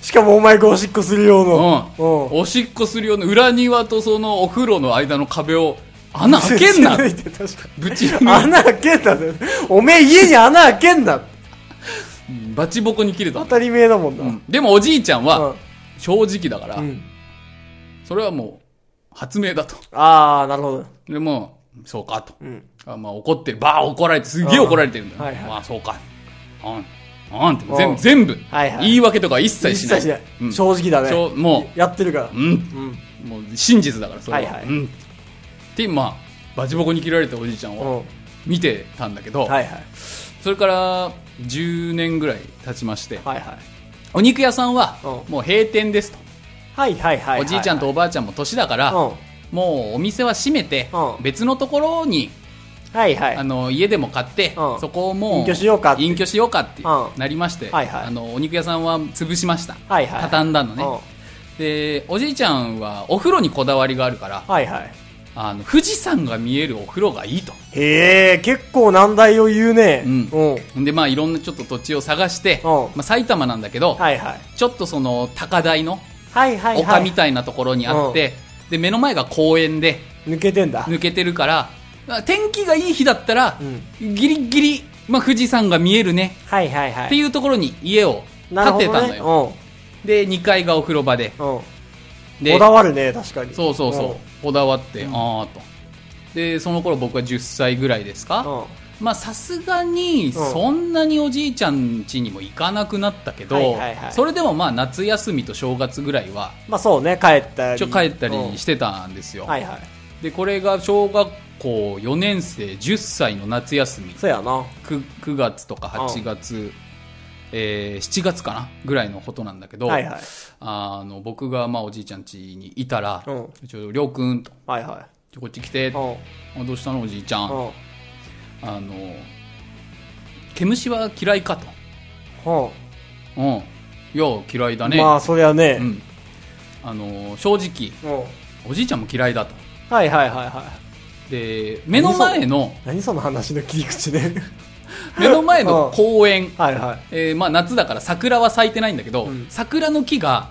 Speaker 2: しかもお前がおしっこするよう
Speaker 1: うん
Speaker 2: なうん
Speaker 1: おしっこするような裏庭とそのお風呂の間の壁を穴開け
Speaker 2: [LAUGHS]
Speaker 1: んな
Speaker 2: ぶち抜いて確か
Speaker 1: ぶち
Speaker 2: に
Speaker 1: 抜い
Speaker 2: 穴開けんなっておめえ家に穴開けんな
Speaker 1: バチボコに切れた
Speaker 2: 当。たり前だもんな
Speaker 1: うんでもおじいちゃん
Speaker 2: うん
Speaker 1: は正直だから
Speaker 2: う、ん
Speaker 1: それはもう発明だと。 [LAUGHS]
Speaker 2: ああなるほど
Speaker 1: でも、そうかと。
Speaker 2: うん
Speaker 1: あまあ怒ってる。ばあ怒られて、すげえ怒られてるんだよ。
Speaker 2: はいはい
Speaker 1: まあそうか。うん。うんって
Speaker 2: う
Speaker 1: 全
Speaker 2: ん
Speaker 1: 部全部、
Speaker 2: はいはい
Speaker 1: 言い訳とか一切し
Speaker 2: 一
Speaker 1: ない
Speaker 2: 切しない、
Speaker 1: うん
Speaker 2: 正直だ
Speaker 1: ちょ
Speaker 2: ね
Speaker 1: も
Speaker 2: やってるから
Speaker 1: う、うん、
Speaker 2: うん
Speaker 1: もう真実だからそれは、
Speaker 2: はいはい
Speaker 1: うんってまあバチボコに切られたおじいちゃん
Speaker 2: う
Speaker 1: を
Speaker 2: ん
Speaker 1: 見てたんだけど、
Speaker 2: はいはい
Speaker 1: それから10年ぐらい経ちまして、
Speaker 2: はいはい
Speaker 1: お肉屋さんは
Speaker 2: うん
Speaker 1: もう閉店ですと、
Speaker 2: はいはいはいはい
Speaker 1: おじいちゃんとおばあちゃんも年だから、
Speaker 2: うん
Speaker 1: もうお店は閉めて、
Speaker 2: うん
Speaker 1: 別のところに
Speaker 2: はいはい
Speaker 1: あの家でも買って、
Speaker 2: うん
Speaker 1: そこをもう
Speaker 2: 隠居しようかって
Speaker 1: 隠居しようかって
Speaker 2: うん
Speaker 1: なりまして、
Speaker 2: はいはい
Speaker 1: あのお肉屋さんは潰しました、
Speaker 2: はいはい
Speaker 1: 畳んだのね、
Speaker 2: う
Speaker 1: でおじいちゃんはお風呂にこだわりがあるから
Speaker 2: んはいはい
Speaker 1: あの富士山が見えるお風呂がいいと
Speaker 2: へえ結構難題を言うね
Speaker 1: うん
Speaker 2: うん
Speaker 1: でまあいろんなちょっと土地を探して、
Speaker 2: うん
Speaker 1: まあ、埼玉なんだけど、
Speaker 2: はいはい
Speaker 1: ちょっとその高台の
Speaker 2: はいはいはい
Speaker 1: 丘みたいなところにあって、で目の前が公園で
Speaker 2: 抜けてんだ
Speaker 1: 抜けてるからまあ天気がいい日だったら、
Speaker 2: う
Speaker 1: ギリギリ、まあ、富士山が見えるね
Speaker 2: はいはいはい
Speaker 1: っていうところに家を
Speaker 2: なる
Speaker 1: 建
Speaker 2: ほ
Speaker 1: て
Speaker 2: ど
Speaker 1: た
Speaker 2: ね
Speaker 1: のよ、で2階がお風呂場で
Speaker 2: うんうん
Speaker 1: で
Speaker 2: こだわるね確かに
Speaker 1: そうそうそうこだわって、ああとでその頃僕は10歳ぐらいですか、
Speaker 2: うんうん
Speaker 1: まあさすがにそんなにおじいちゃん家にも行かなくなったけど、
Speaker 2: はいはいはい
Speaker 1: それでもまあ夏休みと正月ぐらいは
Speaker 2: まあそうね帰ったり
Speaker 1: 一応帰った
Speaker 2: うん
Speaker 1: りしてたんですよ、
Speaker 2: はいはい
Speaker 1: でこれが小学校4年生10歳の夏休み
Speaker 2: そうやな
Speaker 1: 9, 9月とか8月、えー7月かなぐらいのことなんだけど、
Speaker 2: はいはい
Speaker 1: あの僕がまあおじいちゃん家にいたら
Speaker 2: うん
Speaker 1: 「ちょりょうくん」と
Speaker 2: はいは
Speaker 1: 「ちょこっち来て」
Speaker 2: いうん
Speaker 1: あどうしたのおじいちゃん」
Speaker 2: うん
Speaker 1: あの「毛虫は嫌いか」と
Speaker 2: うん
Speaker 1: 「うんいや嫌いだね」
Speaker 2: まあそりゃ
Speaker 1: う
Speaker 2: ね
Speaker 1: ん、あの正直
Speaker 2: うん
Speaker 1: おじいちゃんも嫌いだと
Speaker 2: はいはいはいはい
Speaker 1: で目の前の
Speaker 2: 何その話の切り
Speaker 1: [LAUGHS]
Speaker 2: 口ね
Speaker 1: 目の前の公園、
Speaker 2: はいはい
Speaker 1: えーまあ、夏だから桜は咲いてないんだけど、
Speaker 2: うん
Speaker 1: 桜の木が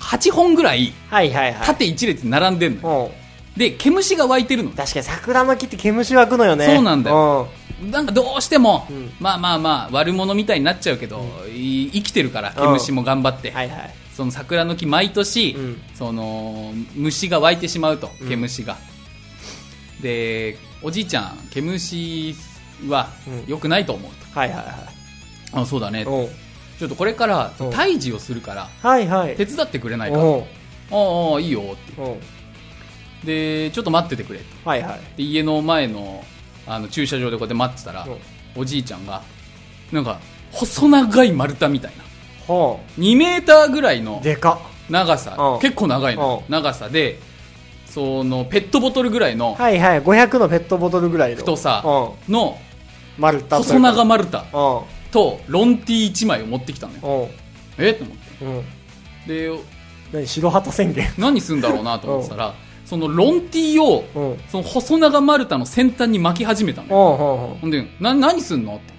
Speaker 1: 8本ぐらい
Speaker 2: はいはいはい
Speaker 1: 縦一列に並んでんのよ、
Speaker 2: うん
Speaker 1: で毛虫が湧いてるの
Speaker 2: 確かに桜の木って毛虫湧くのよね
Speaker 1: そうなんだ
Speaker 2: よ、
Speaker 1: なんかどうしても、
Speaker 2: うん
Speaker 1: まあまあまあ悪者みたいになっちゃうけど、い生きてるから毛虫も頑張って、
Speaker 2: うん、はいはい
Speaker 1: その桜の木毎年、
Speaker 2: うん
Speaker 1: その虫が湧いてしまうと
Speaker 2: うん
Speaker 1: 毛虫が、でおじいちゃん毛虫は
Speaker 2: うん
Speaker 1: 良くないと思う
Speaker 2: はいは
Speaker 1: と、あそうだね、
Speaker 2: いはいうん
Speaker 1: ちょっとこれから
Speaker 2: うん
Speaker 1: 退治をするから
Speaker 2: はいはい
Speaker 1: 手伝ってくれないか
Speaker 2: うん
Speaker 1: ああいいよっ
Speaker 2: うん
Speaker 1: てでちょっと待っててくれって
Speaker 2: はいはい
Speaker 1: で家の前のあの駐車場でこうやって待ってたら
Speaker 2: うん
Speaker 1: おじいちゃんがなんか細長い丸太みたいな
Speaker 2: ほ
Speaker 1: 2メーターぐらいうの
Speaker 2: でか
Speaker 1: 長さ
Speaker 2: うん
Speaker 1: 結構長いの
Speaker 2: う
Speaker 1: 長さでそのペットボトルぐらいの
Speaker 2: っはいはい500のペットボトルぐらいの
Speaker 1: 太さ
Speaker 2: うん
Speaker 1: の
Speaker 2: 丸太
Speaker 1: 細長
Speaker 2: う
Speaker 1: 丸太
Speaker 2: ん
Speaker 1: とロンティ1枚を持ってきたのよ
Speaker 2: うん
Speaker 1: えっと思って
Speaker 2: うん
Speaker 1: で
Speaker 2: 何白旗宣言
Speaker 1: 何するんだろうなと思ってたらそのロンティを
Speaker 2: うんうん
Speaker 1: その細長丸太の先端に巻き始めたのよ
Speaker 2: うんうん
Speaker 1: ほんでな何すんのって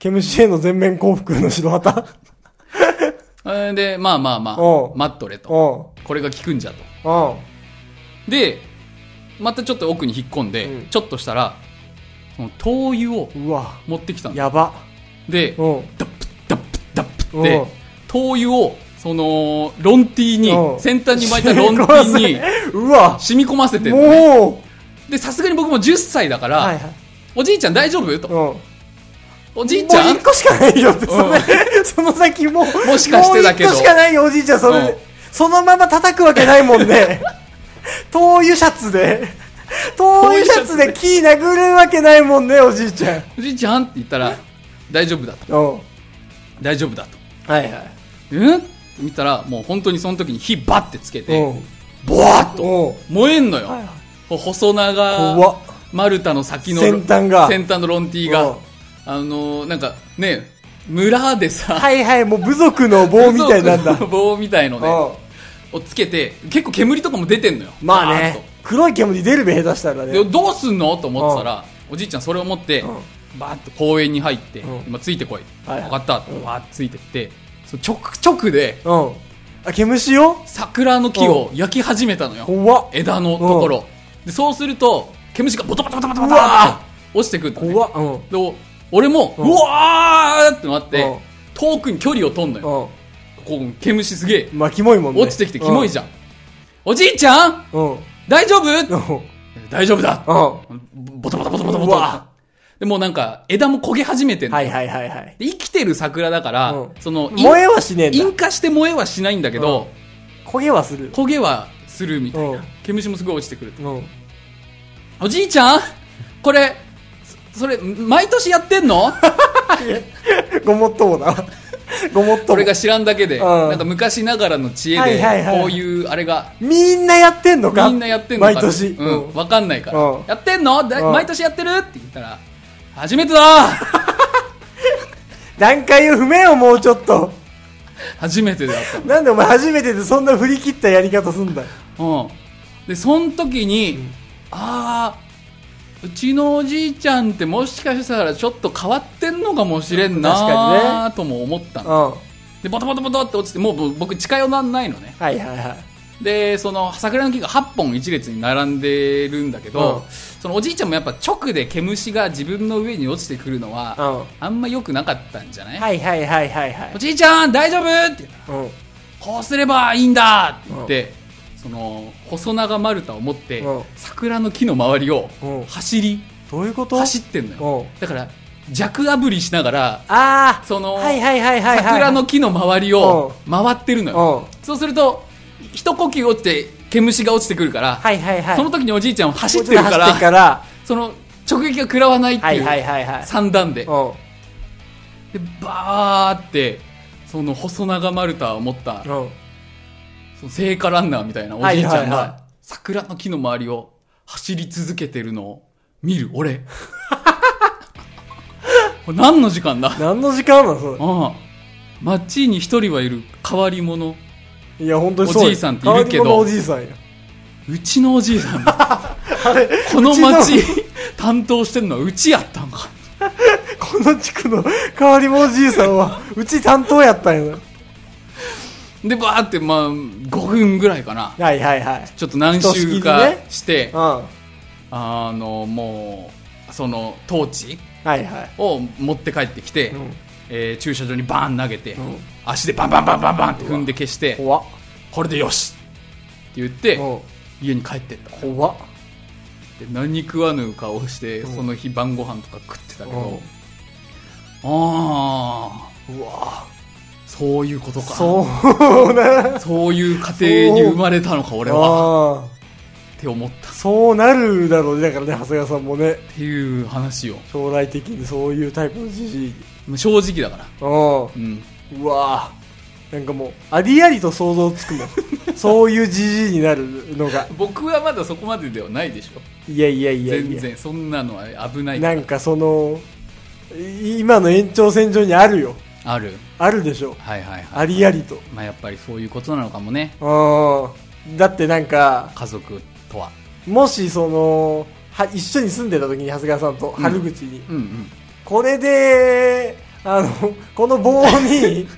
Speaker 2: 毛虫への全面降伏の白旗
Speaker 1: えーで、まあまあまあ
Speaker 2: お、う
Speaker 1: 待っとれと。
Speaker 2: うんうん
Speaker 1: これが効くんじゃと。
Speaker 2: は
Speaker 1: で、またちょっと奥に引っ込んで、
Speaker 2: うん
Speaker 1: ちょっとしたら、その灯油を
Speaker 2: うわ
Speaker 1: 持ってきたの。
Speaker 2: やば
Speaker 1: で
Speaker 2: う、ん
Speaker 1: ダップッダップッダップ
Speaker 2: う
Speaker 1: っ
Speaker 2: ん
Speaker 1: て、灯油を、その、ロンティー
Speaker 2: う
Speaker 1: に、
Speaker 2: ん
Speaker 1: 先端に巻いたロンティーに
Speaker 2: [LAUGHS] うわ
Speaker 1: 染み込ませてるのね。
Speaker 2: も
Speaker 1: で、さすがに僕も10歳だか
Speaker 2: うはい
Speaker 1: ら、
Speaker 2: はい
Speaker 1: おじいちゃん大丈夫と。
Speaker 2: うん
Speaker 1: おじいちゃん
Speaker 2: もう一個しかないよって、それ、その先もう、
Speaker 1: もしかしてだけど
Speaker 2: もう一個しかないよ、おじいちゃん、それ、
Speaker 1: うん
Speaker 2: そのまま叩くわけないも
Speaker 1: [LAUGHS]
Speaker 2: んね。灯油シャツで、灯油シャツでキー殴るわけないもんね、おじいちゃん。
Speaker 1: おじいちゃんって言ったら、大丈夫だと。
Speaker 2: うん。
Speaker 1: 大丈夫だと。
Speaker 2: はいはい。
Speaker 1: うんって見たら、もう本当にその時に火バッてつけて、
Speaker 2: うん。
Speaker 1: ボワッと
Speaker 2: うん。
Speaker 1: 燃えんのよ、
Speaker 2: はいはい
Speaker 1: 細長
Speaker 2: 怖っ。
Speaker 1: 丸太の先の
Speaker 2: 先端が
Speaker 1: 先端のロンティが、
Speaker 2: うん
Speaker 1: あのーなんかね村でさ、
Speaker 2: はいはい、もう部族の棒みたいにな
Speaker 1: 風
Speaker 2: んだ。
Speaker 1: 俗の棒みたいのね
Speaker 2: うん。
Speaker 1: をつけて結構煙とかも出てんのよ
Speaker 2: まあ
Speaker 1: バーッ
Speaker 2: ね、黒い煙出るべ、下手したら
Speaker 1: と
Speaker 2: ね。
Speaker 1: でどうすんのと思ってたら、おじいちゃんそれを持って、
Speaker 2: う
Speaker 1: バーッと公園に入って、
Speaker 2: うん
Speaker 1: 今ついてこい、
Speaker 2: はいはい
Speaker 1: 分かったってバーッとついてってその直直で
Speaker 2: うん。あ、毛虫よ
Speaker 1: 桜の木を焼き始めたのよ、
Speaker 2: 怖っ。
Speaker 1: 枝のところ、でそうすると毛虫がボタボタボタボタボ
Speaker 2: うわ
Speaker 1: タって落ちてくるのね
Speaker 2: 怖っ。うん。うん。
Speaker 1: でお俺も、う
Speaker 2: うん
Speaker 1: わーってなって、
Speaker 2: うん
Speaker 1: 遠くに距離を取んのよ、こう毛虫すげえ
Speaker 2: まあ、キモいもんね。
Speaker 1: 落ちてきてキモいじ
Speaker 2: ゃ
Speaker 1: ゃん、おじいちゃん
Speaker 2: ん。うん。
Speaker 1: 大丈夫
Speaker 2: うん。
Speaker 1: 大丈夫だ
Speaker 2: うん。
Speaker 1: ボタボタボタボタボ
Speaker 2: うわ
Speaker 1: タでもうなんか、枝も焦げ始めてんの
Speaker 2: は
Speaker 1: よ
Speaker 2: いはいはいはい。
Speaker 1: で生きてる桜だから、
Speaker 2: うん
Speaker 1: その、
Speaker 2: 燃えはしねえんだ
Speaker 1: 引。火して燃えはしないんだけど、
Speaker 2: 焦げはする。
Speaker 1: 焦げはするみたいな、
Speaker 2: うん
Speaker 1: 毛虫もすごい落ちてくる
Speaker 2: うん。
Speaker 1: おじいちゃんこれそそれ毎年やってんの
Speaker 2: ごもっともだ [LAUGHS] わ。ごもっとも
Speaker 1: 俺。が知らんだけで、
Speaker 2: うん
Speaker 1: なんか昔ながらの知恵で、
Speaker 2: はいはいはい
Speaker 1: こういうあれが
Speaker 2: みんなやってんのか
Speaker 1: みんなやってんのか
Speaker 2: 毎年。
Speaker 1: うん、わかんないから、
Speaker 2: うん
Speaker 1: やってんのだい
Speaker 2: うん
Speaker 1: 毎年やってるって言ったら初めてだ [LAUGHS]
Speaker 2: 段階を踏めよ、もうちょっと。
Speaker 1: 初めてだっ
Speaker 2: なんでお前初めてでそんな振り切ったやり方すんだ。
Speaker 1: たうんでその時に、ああうちのおじいちゃんってもしかしたらちょっと変わってんのかもしれん
Speaker 2: 確か
Speaker 1: なーとも思ったの
Speaker 2: うん。は
Speaker 1: でボトボトボトって落ちてもうもう僕近寄らないのね
Speaker 2: いはいはい。
Speaker 1: でその桜の木が8本一列に並んでるんだけど、
Speaker 2: うん
Speaker 1: そのおじいちゃんもやっぱ直で毛虫が自分の上に落ちてくるのは、
Speaker 2: うん。
Speaker 1: あんま良くなかったんじゃない、
Speaker 2: はいはいはいはいは
Speaker 1: お
Speaker 2: い。
Speaker 1: じいちゃん大丈夫って言ったら
Speaker 2: うん。
Speaker 1: こうすればいいんだって言って、その細長丸太を持って、
Speaker 2: うん
Speaker 1: 桜の木の周りを
Speaker 2: うん
Speaker 1: 走り、
Speaker 2: どういうこと
Speaker 1: 走ってんのよ、
Speaker 2: うん
Speaker 1: だから弱炙りしながら
Speaker 2: ああ。
Speaker 1: その、
Speaker 2: はいはいはいはいはい。
Speaker 1: 桜の木の周りを回ってるのよ、
Speaker 2: うん。
Speaker 1: そうすると、一呼吸落ちて、毛虫が落ちてくるから、
Speaker 2: はいはいはい。
Speaker 1: その時におじいちゃんは走ってるから、
Speaker 2: 走ってるから。
Speaker 1: その直撃が食らわないって、
Speaker 2: はいいはいうはいはい。
Speaker 1: 三段で。
Speaker 2: うん。
Speaker 1: で、バーって、その細長丸太を持った、
Speaker 2: うん。
Speaker 1: その聖火ランナーみたいなおじいちゃ
Speaker 2: はいは
Speaker 1: ん
Speaker 2: いは
Speaker 1: が、桜の木の周りを走り続けてるのを見る、俺。 [LAUGHS] これ何の時間
Speaker 2: [LAUGHS]
Speaker 1: だ
Speaker 2: 何の時間なのそ
Speaker 1: うん。街に一人はいる変わり者。
Speaker 2: れ。いや、本当にそうよ。
Speaker 1: おじいさんっているけど
Speaker 2: 変わり者のおじいさんや。
Speaker 1: うちのおじいさんだ
Speaker 2: [LAUGHS] あれ、
Speaker 1: この
Speaker 2: う
Speaker 1: 町
Speaker 2: ち
Speaker 1: 担当してるのはうちやったんか。
Speaker 2: [LAUGHS] この地区の変わり者おじいさんは、うち担当やったんや。
Speaker 1: で、バーって、まあ、5分ぐらいかな。
Speaker 2: はいはいはい。
Speaker 1: ちょっと何周
Speaker 2: ひとしき
Speaker 1: か
Speaker 2: りね
Speaker 1: して、
Speaker 2: うん。は
Speaker 1: あの、もう、その、トーチ
Speaker 2: いはい。
Speaker 1: を持って帰ってきて、
Speaker 2: うん。
Speaker 1: えー駐車場にバーン投げて、
Speaker 2: ん
Speaker 1: 足でバンバンバンバンバンって踏んで消して、
Speaker 2: 怖っ。
Speaker 1: これでよしって言って、
Speaker 2: うん。
Speaker 1: 家に帰ってった。
Speaker 2: 怖っ。
Speaker 1: で何食わぬ顔をして、
Speaker 2: うん
Speaker 1: その日晩ご飯とか食ってたけど、
Speaker 2: うん
Speaker 1: ああ、
Speaker 2: うわ
Speaker 1: そういうことか。
Speaker 2: そうね。
Speaker 1: そういう家庭に生まれたのか、俺は。
Speaker 2: は。
Speaker 1: って思った。っ
Speaker 2: そうなるだろうね。だからね、長谷川さんもね、
Speaker 1: ていう話を。
Speaker 2: 将来的にそういうタイプのじじい。
Speaker 1: 正直だから。
Speaker 2: うん。
Speaker 1: うん。
Speaker 2: うわぁ。なんかもう、ありありと想像つ
Speaker 1: [LAUGHS]
Speaker 2: くもん。そういうじじいになるのが。
Speaker 1: 僕はまだそこまでではないでしょ。
Speaker 2: いやいやいやい
Speaker 1: 全
Speaker 2: や。
Speaker 1: 然。そんなのは危ないか
Speaker 2: な
Speaker 1: ら
Speaker 2: ん。かその、い今の延長線上にあるよ。
Speaker 1: ある。
Speaker 2: あるでしょ。
Speaker 1: はいはいはい。
Speaker 2: ありありと。
Speaker 1: まあやっぱりそういうことなのかもね。
Speaker 2: うん。だってなんか、
Speaker 1: 家族とは。
Speaker 2: もしその、は一緒に住んでた時に長谷川さんと春口に、
Speaker 1: うんうん。
Speaker 2: これで、あの、この棒に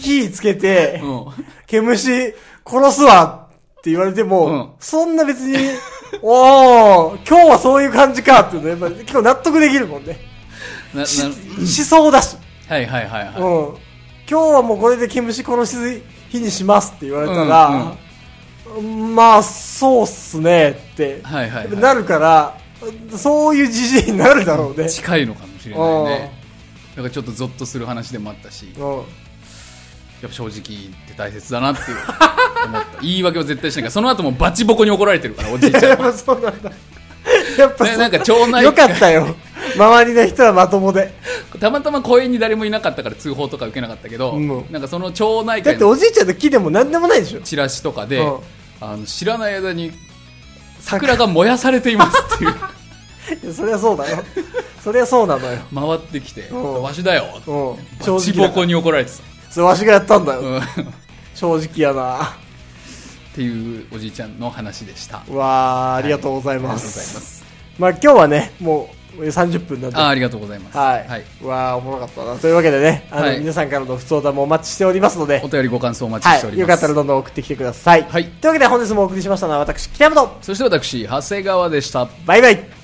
Speaker 2: 火つけて、
Speaker 1: う
Speaker 2: 毛虫殺すわって言われても、
Speaker 1: うん
Speaker 2: そんな別に、 [LAUGHS] おー、今日はそういう感じかっていうのやっぱり結構納得できるもんね。
Speaker 1: ん。
Speaker 2: [LAUGHS]
Speaker 1: な、な、
Speaker 2: ししそうだし。
Speaker 1: はいはいはい
Speaker 2: うん。
Speaker 1: は
Speaker 2: 今日はもうこれで毛虫殺し日にしますって言われたら、まあ、そうっすねって
Speaker 1: い。、はいはいはい。
Speaker 2: なるから、そういうじじいになる
Speaker 1: [LAUGHS]
Speaker 2: だろうね。
Speaker 1: 近いのかもしれないね。だからちょっとゾッとする話でもあったし、やっ
Speaker 2: うん。
Speaker 1: ぱ正直って大切だなっていう [LAUGHS] 思った。言い訳は絶対しないから、その後もバチボコに怒られてるから、おじいちゃん
Speaker 2: やっ [LAUGHS]
Speaker 1: は。
Speaker 2: ぱそうなんだ。やっぱ
Speaker 1: ね
Speaker 2: そう
Speaker 1: なんか町内
Speaker 2: よかったよ。周りの人はまともで。
Speaker 1: たまたま公園に誰もいなかったから通報とか受けなかったけど、
Speaker 2: うん
Speaker 1: なんかその町内
Speaker 2: だっ
Speaker 1: 会
Speaker 2: て
Speaker 1: の
Speaker 2: おじいちゃんの木でも何でもないでしょ。
Speaker 1: チラシとかで、
Speaker 2: うん
Speaker 1: あの知らない間に桜が燃やされていますっていう
Speaker 2: いやそりゃそうだよ。そりゃそうなのよ。
Speaker 1: [LAUGHS] 回ってきて「
Speaker 2: うん
Speaker 1: わしだよ」
Speaker 2: うん。
Speaker 1: バチボコ
Speaker 2: に。
Speaker 1: に怒られて
Speaker 2: それわしがやったんだ
Speaker 1: た、
Speaker 2: よ。
Speaker 1: うんっ
Speaker 2: 正直やな。
Speaker 1: ていうおじいちゃんの話でしたあり
Speaker 2: わあ、ありがとうござい
Speaker 1: がとうご
Speaker 2: ま。
Speaker 1: ざいますす
Speaker 2: まあ今日はね、もう30分なんで。
Speaker 1: あー
Speaker 2: は
Speaker 1: あ
Speaker 2: い。
Speaker 1: りがとうございます、
Speaker 2: わあ、おもろかったな。というわけでね、あ
Speaker 1: は
Speaker 2: の、
Speaker 1: い
Speaker 2: 皆さんからの不相談もお待ちしておりますので
Speaker 1: お、便りご感想お待ちしてお
Speaker 2: は
Speaker 1: り
Speaker 2: い。
Speaker 1: ま
Speaker 2: よ
Speaker 1: す、
Speaker 2: かったらどんどん送ってきてください。
Speaker 1: はい
Speaker 2: というわけで本日もお送りしましたのは私、北山と、
Speaker 1: そして私長谷川でした
Speaker 2: バイバイ。